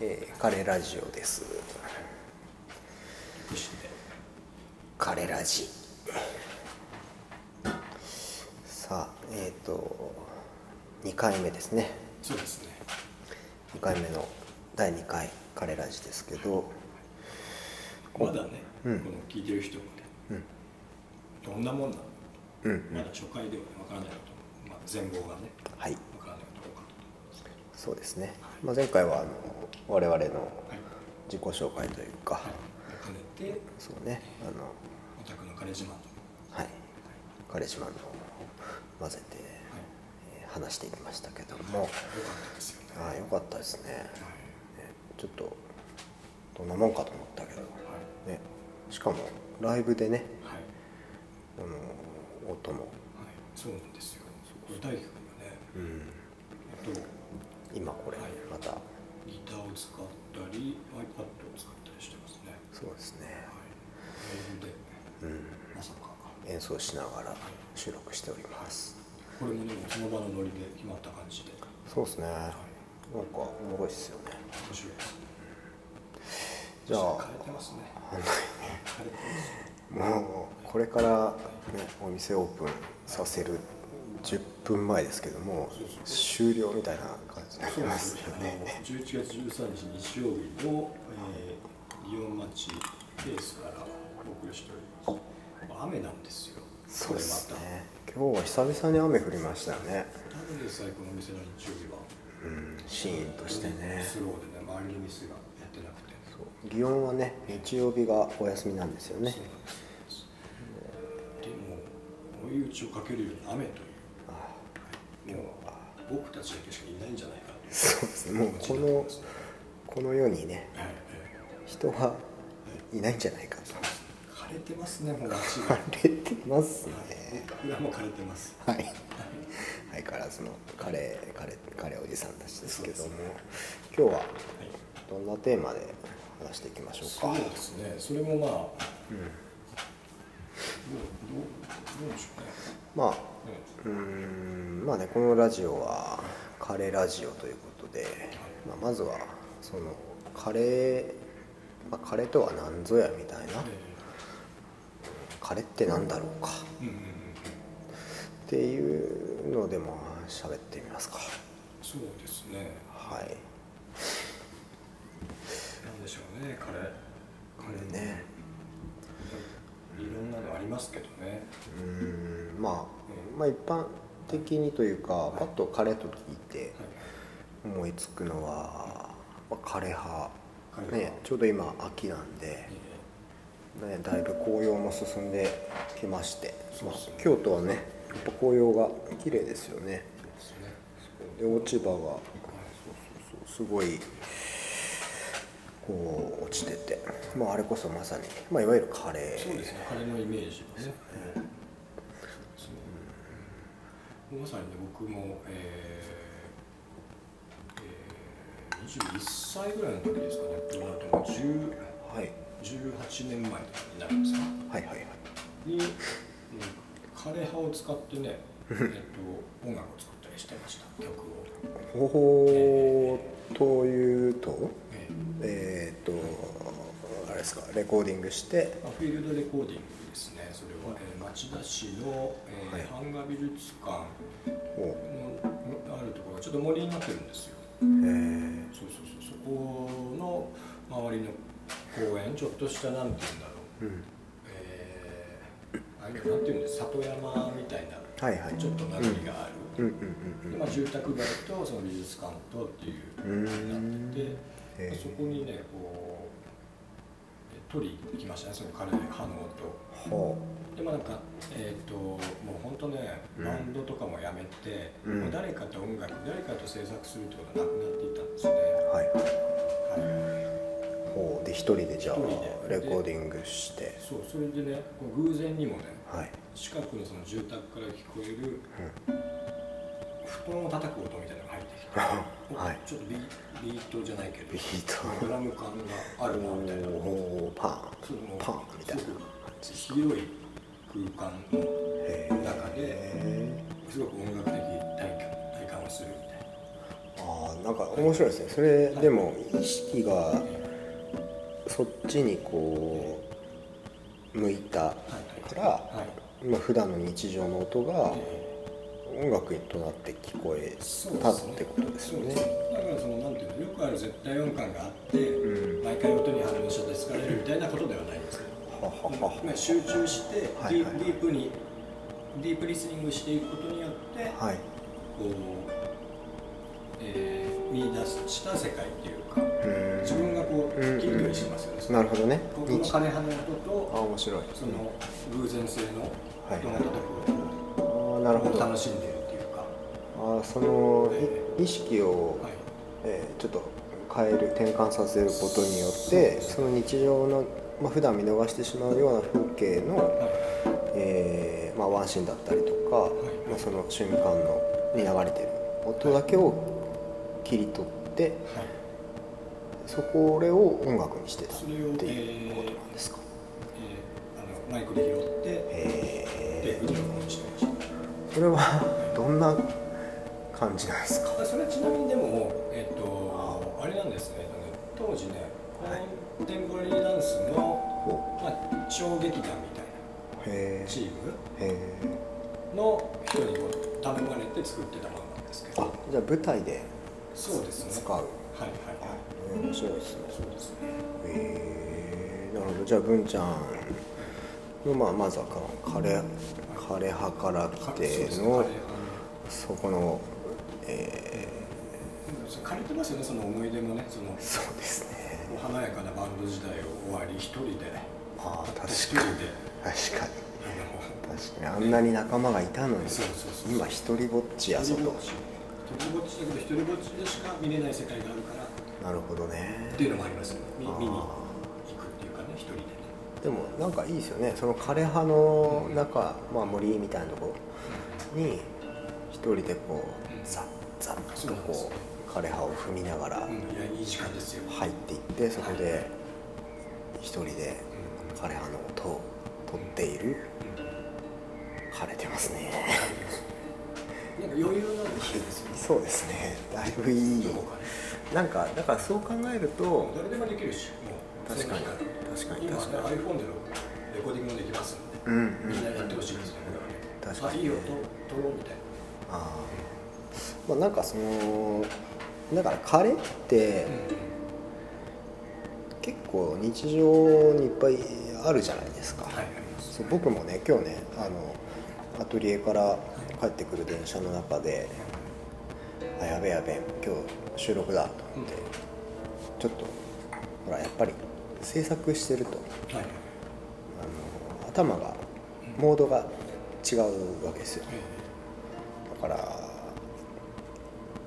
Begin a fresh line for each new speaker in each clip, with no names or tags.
えー、カレラジオです
無視で
カレラジさあえっ、と2回目ですね
そうですね
2回目の第2回カレラジですけど
まだね、
うん
この聞いてる人もね、
うん
どんなもんなの、
うんう
ま
ん
だ初回ではねわからないことまあ、全貌がね
はい
わからないことが多か
そうですね、まあ、前回はあの我々の
ったはい
自己紹介というか
兼ねて
そうねあの
お宅の彼自慢の、は
はい彼自慢のを混ぜて、
い、
えー話していきましたけども
よかったですよね、
ああよかったですね
はい
ねちょっとどんなもんかと思ったけど、
はい
ね、しかもライブでね
はいはい、
あの音も、
そうなんですよこれ大輝くん
うん、
がね、えっと
今これ
はい
また
ギターを使ったり iPad を使ったりしてますね
そうですね、
はいメールで
うん、
まさか
演奏しながら収録しております
これもねその場のノリで決まった感じで
そうですねなんか
い
おもろいっすよね
面白いですね
じゃあ
変えてますね変えてますね
もうこれから、ね、お店オープンさせる10分前ですけども
そうそう
終了みたいな感じになり
そうなん
ま
です
す
よ
よね
11月13日日曜日の、えー、イオン町ケースからお送りしております雨なんですよ
そうですね
これ
今
ま
日は久々に雨降りましたよね
た雨でさえこのお店の日曜日は
うんシーンとしてね
スローでね周りのミスがやってなくて
そう祇園はね日曜日がお休みなんですよね
そうなんですでも追い打ちをかけるような雨と
あ
いうもう僕たちだけしかいないんじゃないかという
そうですねもう
気
こ
持ちにな
の
ってますね
この世にね
はいはい
人はいないんじゃないかと
枯れてますねもう街が、は
枯れてますね
い、僕らも枯れてます
はい相変わらずのカレーカレーカレーおじさんたちですけども、
そうですね
今日は
はい
どんなテーマで話していきましょう
そう
か
ですねそれもまあ、どうどうどうでしょうね
まあ
ね
うーんまあねこのラジオはカレーラジオということで、まあ、まずはそのカレー、まあ、カレーとは何ぞやみたいなカレーって何だろうか
えーうんうんう
っ
ん
ていうのでも喋ってみますか
そうですね
はい
なんでしょうねカレー
これね
いろんなのありますけどね
うーんまあまあ一般的にというかパッとカレーと聞いて
はい
思いつくのは、まあ、カレー派
カレー
ね
派
ちょうど今秋なんで、ね、だいぶ紅葉も進んできまして、
そう
まあ
ですね、
京都はねやっぱ紅葉が綺麗ですよね
そうです
で
ね
落ち葉がそうそうすごいこう落ちてて、まあ、あれこそまさに、まあ、いわゆるカレ
そうです
ー
ね、彼のイメージがね。うんそううんまさにね、僕も、えーえー、21歳ぐらいの時ですかね、となるともう10
はい、
18年前とかになるんですか、
はいはいはい
に、うん、枯葉を使ってね、えっと、音楽を作ったりしてました、曲を。
方法というと
え
えっ、とあれですかレコーディングして
ーまあフィールドレコーディングですね、それは、えー町田市の、えー
はい
版画美術館。
お
のあるところがちょっと森になってるんですよ
え
そうそうそうそこの周りの公園ちょっとしたなんて言うんだろう
ーうん、
えー、あれなんて言うんです里山みたいな
はいはい
ちょっと名残があ
う
る、
んうんうん
でまあ、住宅街とその美術館とっていう
うんう
なってて
ーん、え
そこにねこうえ取りに行きましたねその彼の反応と。
は
でもなんか、えー、ともう本当ね
うん
バンドとかもやめて、
うん
もう誰かと音楽誰かと制作するってことはなくなっていったんですね、
あはい
はい、
ほうで一人でじゃあ
一人
レ
で
コーディングして
そうそれでねこう偶然にもね
はい、
近くのその住宅から聞こえる布団を叩く音みたいなのが入って
う
きて、
ん、 はい
ちょっとビビートじゃないけど
ビー
ドラム感があ
ト
るなみたいな
おーパ
その
ンパンみたいな
す
感
ごく
じ
広い空間の
へ
中で
え
すごく音楽的体感体感をするみたいな。
あああなんか面白いですねそれでも意識がそっちにこう向いたから、
はい
まあ普段の日常の音が
え
音楽となって聞こえ
ーそうで
たっ
すね
てことですよね
そうですだからそのなんていうのよくある絶対音感があって、
うん
毎回音に反応して疲れるみたいなことではないんですけど
はははは
まあ集中してデ
はい
ィ,、
はい
ディープにディープリスニングしていくことによって、
はい
こう、えー見出した世界っていうか
う
自分がこう
うんうん
キリキリしてますよね、
んなるほどね
僕の金花の音
あ
と
面白い
その偶然性の
はい
音が叩く音
あーなるほ
を
どあ
楽しんでるっていうか、
ーそのい意識を、
はい
えーちょっと変える転換させることによってその日常の、まあ普段見逃してしまうような風景の、
はい
えーまあ、ワンシーンだったりとか、
い
まあ、その瞬間のに流れてる音だけを切り取って
はい
そこれを音楽にしてたっ
そ
て
れを、え
いうこと
ー
なんですか。
えーあのマイクで拾って
え
テープで録音してました
ー、それはどんな感じなんですか。
あそれはちなみにでも、えっと、あれなんですねあの当時ね
はい
コンテンポラリーダンスの、
こ
まあ、小劇団みたいう
へえ
なチーム
へ
の人にこう頼まれて作ってたものなんですけ
ーあ
ど
じゃあ舞台で
そうですね
使う。
はいはいはい
うん面白いですね。
そうですね
えー、なるほどじゃあ文ちゃんの、まあ、まずはカレ枯れ葉から来
かそう
て
ですね
の
彼
そこの、え
あのそう借りてますよねその思い出もねその
ー、そうですね
こう華やかなバンド時代を終わり一人で
ああ確
一人
か
で
に確かに
あ
確かにあんなに仲間がいたのに
そうそうそう
今一人ぼっちや
の
ぞ
一人
と
ぼっち一人ぼっちだけど一人ぼっちでしか見れない世界があるから
なるほどね
っていうのもありますよね見
あー
見に行くっていうかね一人でね
でもなんかいいですよねその枯葉の中、まあ、森みたいなとこに一人でこうザッザッとこう枯葉を踏みながら
うんいやいい時間ですよ、
入っていってそこで一人で枯葉の音を取っている枯れてますね
なんか余裕のある日ですよ
そうですねだいぶいい
どこかね
なんかだからそう考えると
誰でもできるしもう
確かに
その日
確かに
今
確か
はね iPhone でのレコーディングもできますんで、
うんうん
みんなやってほしいですねこれはね
確かに
あいい音撮ろうみたいな
あーまあなんかそのだから枯れって結構日常にいっぱいあるじゃないですか、
はいあります
そう僕もね今日ねあのアトリエから帰ってくる電車の中で「あやべやべ今日収録だ」と思って、
うん
ちょっとほらやっぱり制作してると
はい
あの頭がモードが違うわけですよ
え
だから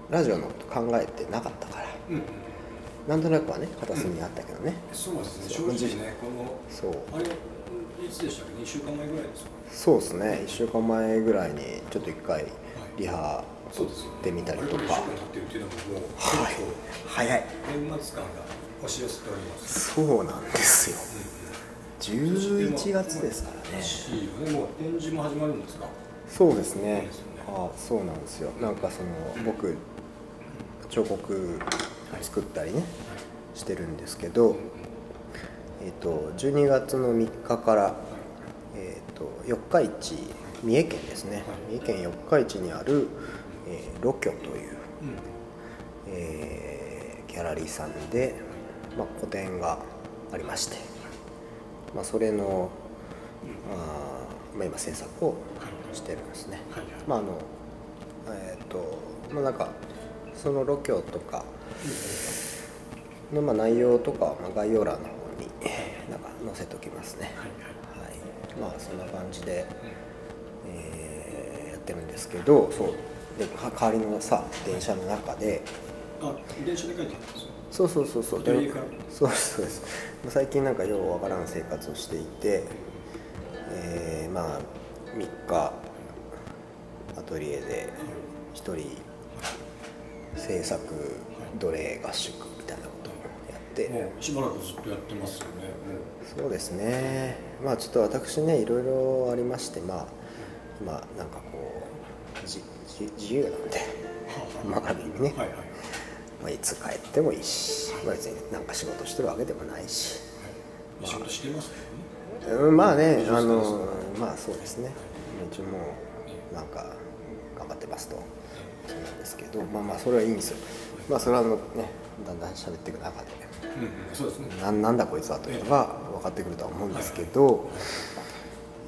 ラジオのこと考えてなかったから
えうん
なんとなくはね片隅にあったけどね、
そうですね正
そう
直ねこの
そう
あれいつでしたっけ2週間前ぐらいですか
そうですね1週間前ぐらいにちょっと1回リハ
そうですよ
撮ってみたりと
あれ
か
から一週間経ってるっていうのももう
はい
結構
早い
年末感が押し寄せております。
そうなんですよ11月ですから
ら
ね
しいよね。もう展示も始まるんですか。
そうですね
そうですよね
あそうなんですよなんかその僕彫刻作ったりねしてるんですけど、えっと12月の3日から、えっと四日市三重県ですね三重県四日市にある、えー、ロキョという
うん。
えーギャラリーさんで、まあ、個展がありまして、まあ、それの、あーまあ、今制作をしてるんですね、
はいはい
まああのえっ、とまあなんかそのロキョとかのまあ内容とかはまあ概要欄の方になんか載せときますね
はい
はいまあそんな感じで、
はい。
えーやってるんですけどそうでか代わりのさ電車の中で
あ、電車で帰ってきたんですよ。
そうそうそうそう
アトリエから
そうそうです最近なんかようわからん生活をしていて、えーまあ3日アトリエで1人制作奴隷合宿みたいなことをやって、
もうしばらくずっとやってますよね。
そうですねまあちょっと私ねいろいろありましてまあ今なんかこうじじ自由なんでマ ガミにね、
はいはいはい
まあ、いつ帰ってもいいし、まあ、別になんか仕事してるわけでもないし、
まあ仕事してます
うん、まあね
そうそう
あ
そう
のまあそうですね一応もうなんか頑張ってますとそうなんですけどまあまあそれはいいんですよまあそれはあのねだんだん喋っていく中で
けどね、うんうん、そうですね
なんなんだこいつはというのが分かってくるとは思うんですけど、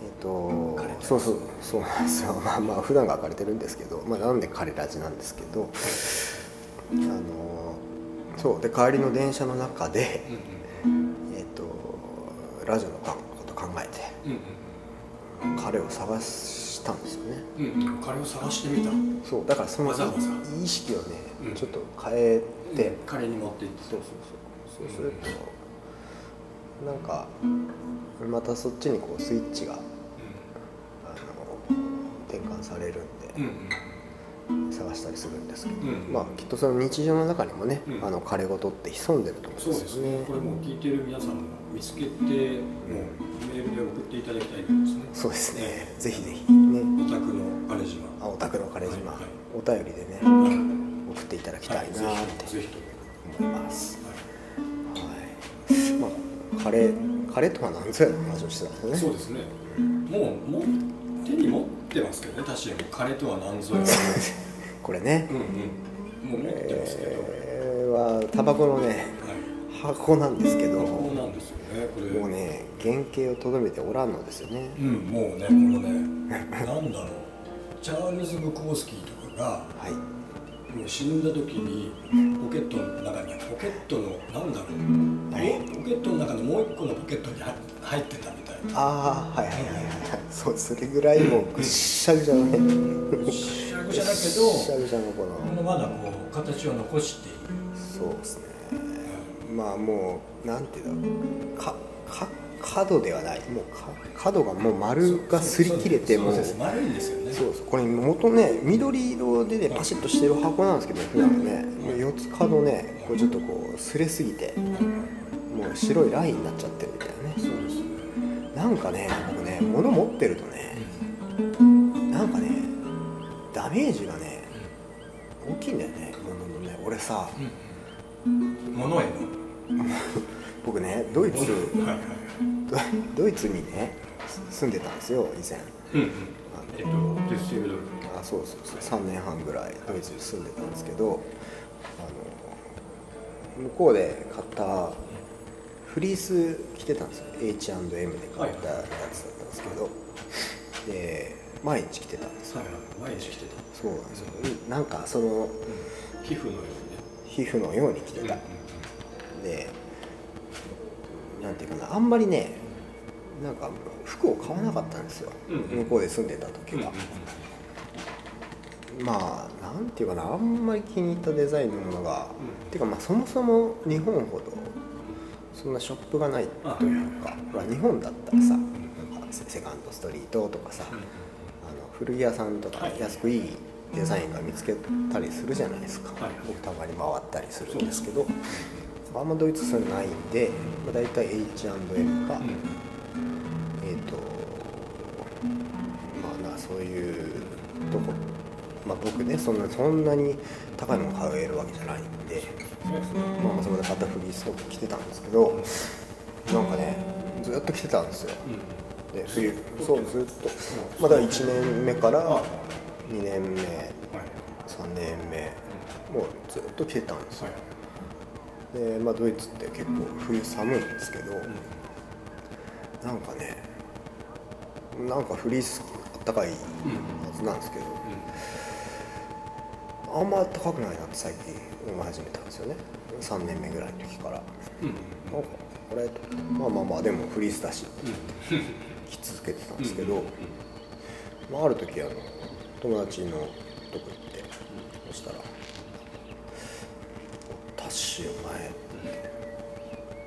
えっと
枯れて、ます
そうそうそうなんですよまあまあ普段が枯れてるんですけど、まあ、なんで彼ラジなんですけどあのそうで帰りの電車の中で、
うん
えっと、ラジオのこと考えて
うん
彼を探したんですよね
うんうんうんうん彼を探してみた、うん、
そうだからその
わざわざ
意識をね、
うん
ちょっと変えて、
彼に持って行って
そうそうそうそうするとなんかまたそっちにこうスイッチがあの転換される
うん
ん
うん
で探したりするんですけど、
うん
まあきっとその日常の中にもね、
うん
あの枯れ事って潜んでると思
そう
うん
で
ですすよ
ね
ね。
これもう聞いてる皆さんも見つけて、もうメールで送っていただきたいですね。
そうですね
ね。
ぜひぜひね、
お宅の彼氏
あ
は。
お宅の枯れ島、
はいはい
お便りでね、
は
送っていただき
い
たいなって
ぜひとも。
思います。はい。まあ枯れ枯れとは何ぞやの話をしてたん
はい
です
そ
よ
う
ね。
ですね。もう、もう、手に持ってますけどね、確かに、彼とは何ぞや。
これね
うん、うん。もう持ってますけど。
これはタバコのね
はい。
箱なんですけど、
こ
も
うなんですよね、これ。
うね原型をとどめておらんのですよね。
うん、もうね、このね、なんだろう。チャールズ・ムコースキーとかが。
はい。
もう死んだ時にポケットの中にポケットのなんだろ
あ
う
れ
もうポケットの中のもう一個のポケットに入入ってたみたい
ああはいはいはいはい。そうそれぐらいもうぐっしゃぐしゃのね。ぐ
なしゃぐしゃだけ
っしゃ
ど
ぐしゃのこ
この
の
まだこう形を残している
そうですね。まあもうなんていうんだろうかか角ではないもうか角がもう丸が擦り切れてもう
そうそう丸いんですよね
そうそうこれ元ね緑色でねパシッとしてる箱なんですけど普段ねもう四つ角ねこれちょっとこう擦れすぎてもう白いラインになっちゃってるみたいなね
そうですね
なんかね僕ね物持ってるとねなんかねダメージがね大きいんだよね物のね俺さ
物への
僕ねドイツ
はいはいはい
ドドイツにね住んでたんですよ以前
うんうんえっとデュッセルドルフ
あそうそうそう3年半ぐらいドイツに住んでたんですけどあの向こうで買ったフリース着てたんですよ H&M で買ったやつだったんですけど、で毎日着てたんですよ
はいはい毎日来てた
そうなんですよなんかその
寄付のようにね
皮膚のように着て
うん
た、でなんていうかなあんまりねなんか服を買わなかったんですよ、
うんうん
向こうで住んでた時
うんうん
は、まあなんていうかなあんまり気に入ったデザインのものが、
うん
ていうかまあそもそも日本ほどそんなショップがないというか、まあ、日本だったらさなんかセセカンドストリートとかさ、
うん
あの古着屋さんとか
はい
安くいいデザインが見つけたりするじゃないですか、
はい
僕たまに回ったりするんですけどあんまドイツそういうのないんで、まあ、大体 H&M か、
うんうん
えっ、とまあなそういうとこまあ僕ねそんなそんなに高いもの買えるわけじゃないんで、
そうですね
まあ、まあそこで買ったフリースとか着てたんですけどなんかねずっと着てたんですよで冬そうずっとまあだから1年目から2年目
うんはい
3年目もうずっと着てたんですよ
はい
で、まあ、ドイツって結構冬寒いんですけど、なんかねなんかフリースあったかいはずなんですけど、あんまあったかくないなって最近思い始めたんですよね3年目ぐらいの時からなんかこれまあまあまあでもフリースだし着続けてたんですけど、まあ、ある時あの友達のとこ行ってそしたら「タッシーお前」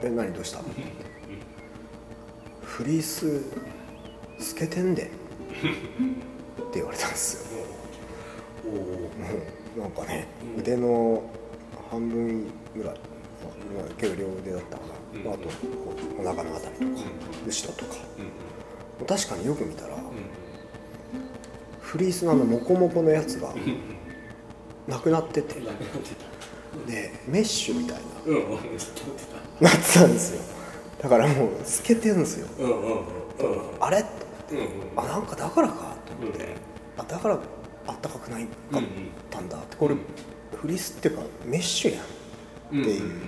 え何どうした?」フリース透けてんで」って言われたんですよ
おお
もうなんかね腕の半分ぐらい、まあ、結構両腕だったかな、まあ、あとこうお腹のあたりとか後ろとか確かによく見たら、フリースのあのモコモコのやつがなくなってて
なくなってた
でメッシュみたい
うん ずっと思ってた
ななってたんですよだからもう透けてんですよ
うんうんうんうんうん
あれ
うん
あなんかだからかと
うん
思ってあだからあったかくないか
うん
ったんだってこれフリスっていうかメッシュやん
うん
っていう
うんうん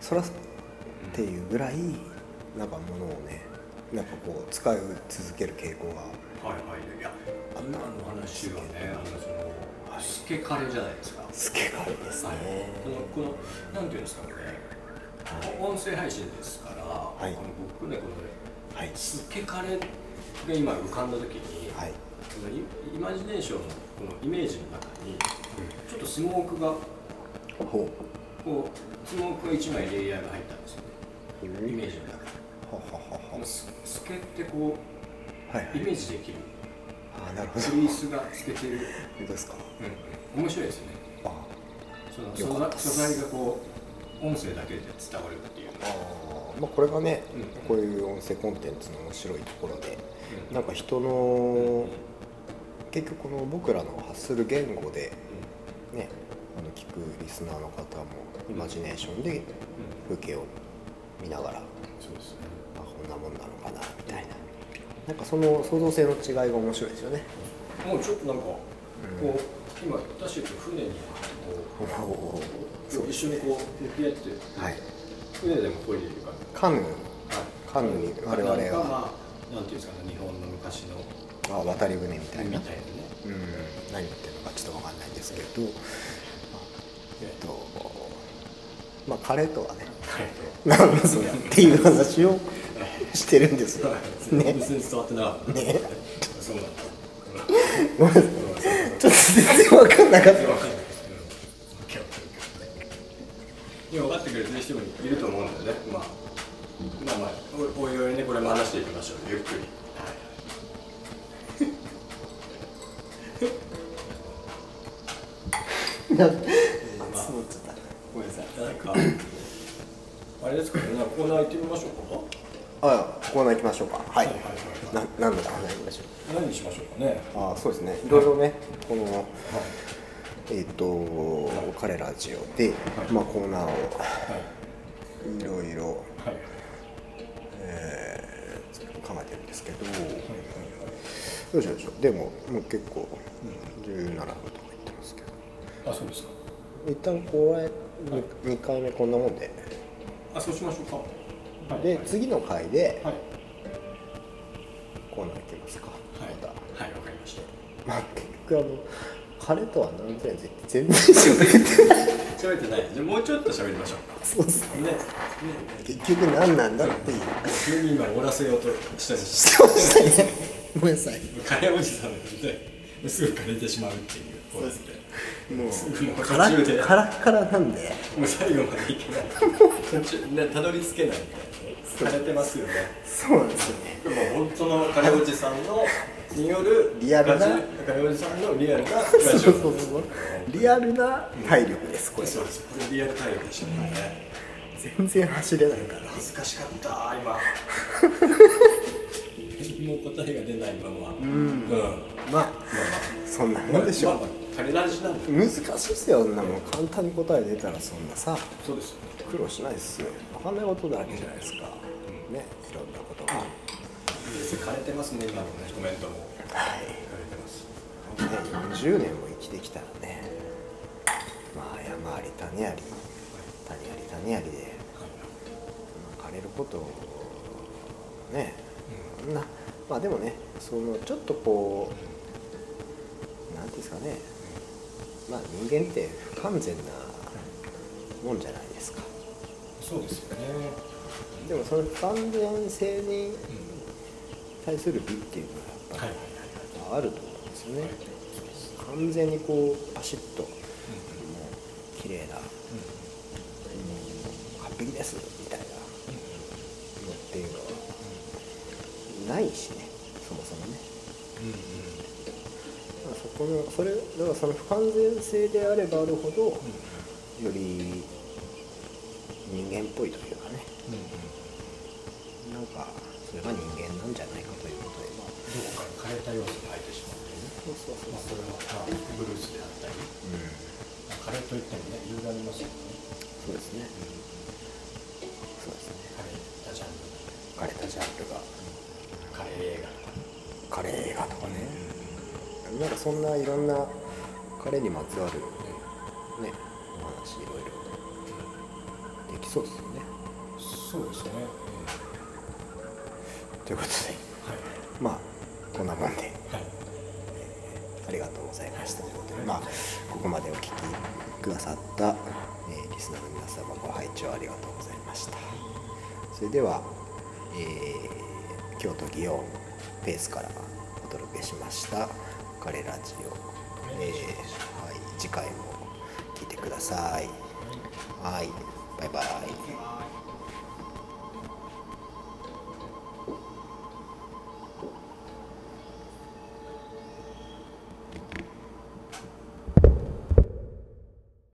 そらっていうぐらいなんかものをねなんかこう使い続ける傾向が
はいはいいや今の話はねあのその、スケカレじゃないですか
透けがあるんですね
このこのなんていうんですかね音声配信ですから、
い
この僕ねこの
はい
スケカレが今浮かんだ時に、
はい
そのイイマジネーションのこのイメージの中にちょっとスモークが
ほ
こうスモークが一枚レイヤーが入ったんですよね
うイ
イメージの中に
はは
こ
は
のススケってこ
ははいう
イメージできる
あなるほど
フリースが透けてる、
どうですか
うん、面白いですね
あ
その
よ
素
かっ
材
たっす
素材がこう音声だけで伝わるっていうの
あ
は、
ーまあこれがね
うん
こういう音声コンテンツの面白いところで
うん
なんか人
うんう
の
ん
結局この僕らの発する言語でねあの聞くリスナーの方もイマジネーションで風景を見ながら
そうですね
あこんなもんなのかなみたいななんかその創造性の違いが面白いですよね
もうちょっとなんかこう、
うん
今私たち船にこう
そう
一緒にこう向き合って
はい
船でもこいでいるか
カヌー
ら、はい
カヌーに我々
なんか
が
まあなんていうんですかね日本の昔の
まあ渡り船みたい
み
な
たいなね
うん何言ってるのかちょっと分かんないですけど、まあえっとまあ彼とはね
はい
なんですよっていう話をしてるんですよ
全然伝わってなかったねそうなんだ
ごめんなさい
ごめんなさい
ちょっと全然分かんなかっ
いや、わかんないですけど。いや、分かってくれてる人もいると思うんだよね。まあ。まあまあ、おおいおいね、これも話していきましょう。ゆっくり。
たな そうちょっと
ごめんなさい。なんか。あれですかね、なんかコーナー行ってみましょうか。
あコーナー行きましょうかはい、
はいはい
な何のコーナー行きましょう
何にしましょうかね。
あそうですねいろいろねこのえっ、と彼ラジオで、まあ、コーナーを
はい。
いろいろ、
はい。
えー考えてるんですけど、どうしましょうでももう結構17分とか言ってますけど
あ、そうですか。
一旦これに2回目こんなもんで、
あ、そうしましょうか。はい。
で
はい。
次の回で
はい。
コーナー行きますか、
はい
また。
はい、わかりました。
まあ結局あの彼とは何千全然喋ってない
喋ってない。じゃ、あもうちょっと喋りましょうか。
そうっす
ね。ね。
結局何なんだっていう
急に今終わらせようとしたりして。
そうですねごめんなさい
カレーおじさんなのですぐ枯れてしまうっていう方ですね
も
もう
う
途
カラ
中で
ッカラッカラなんで
もう最後までいけない途中ねたどり着けないみたいなね枯れてますよね
そうなんですよね
でも本当のカレーおじさんのによる
リアルな
ラジオカレーおじさんのリアルなラ
そう
ジ
そ
オ
うそうリアルな体力ですこれ
そうですこれリアルタイムでした ね、
全然走れないから
恥ずかしかった今もう答えが出ないままうん、まあ
まあそんなもんでしょ
まあまあカレーラジなんで
難しいですよそんなもん簡単に答え出たらそんなさ
そうですよね
苦労しないっすよ分かんないことだらけじゃないですかねいろんなことがはい
枯れてますね今のねコメントも枯れてます
40年も生きてきたらねまあ山あり谷あり谷あり谷ありでまあ枯れることをねそんなまあでもねそのちょっとこうなんていうんですかねまあ人間って不完全なもんじゃないですか
そうですよね。
でもその不完全性に対する美っていうのがやっぱりあると思うんですよね、完全にこうパシッともう綺麗な完璧ですみたいなのっていうのはないしねそもそもねだからそこのそれだからその不完全性であればあるほどより人間っぽいというかねなんかそれが人間なんじゃないかということでまあ
どこかに枯れた要素が入ってしまってね。
そうそう
まあそれはブルースであったり、
う
カレーといってもねいろいろありますよね、
そうですね
うん、
そうですね
カレーダジャンル
カレーたジャンルが
カレー映画とかね、
カレー映画とかね、なんかそんないろんなカレーにまつわるねお話いろいろできそうですよね
そうですね、
ということで
はい
まあこんなもんで
はい
ありがとうございましたということでまあここまでお聞きくださった、えーリスナーの皆様ご拝聴ありがとうございましたそれでは、えー京都祇園ペースからお届けしました「カレラジオ」えーはい、次回も聞いてくださいはいバイバイ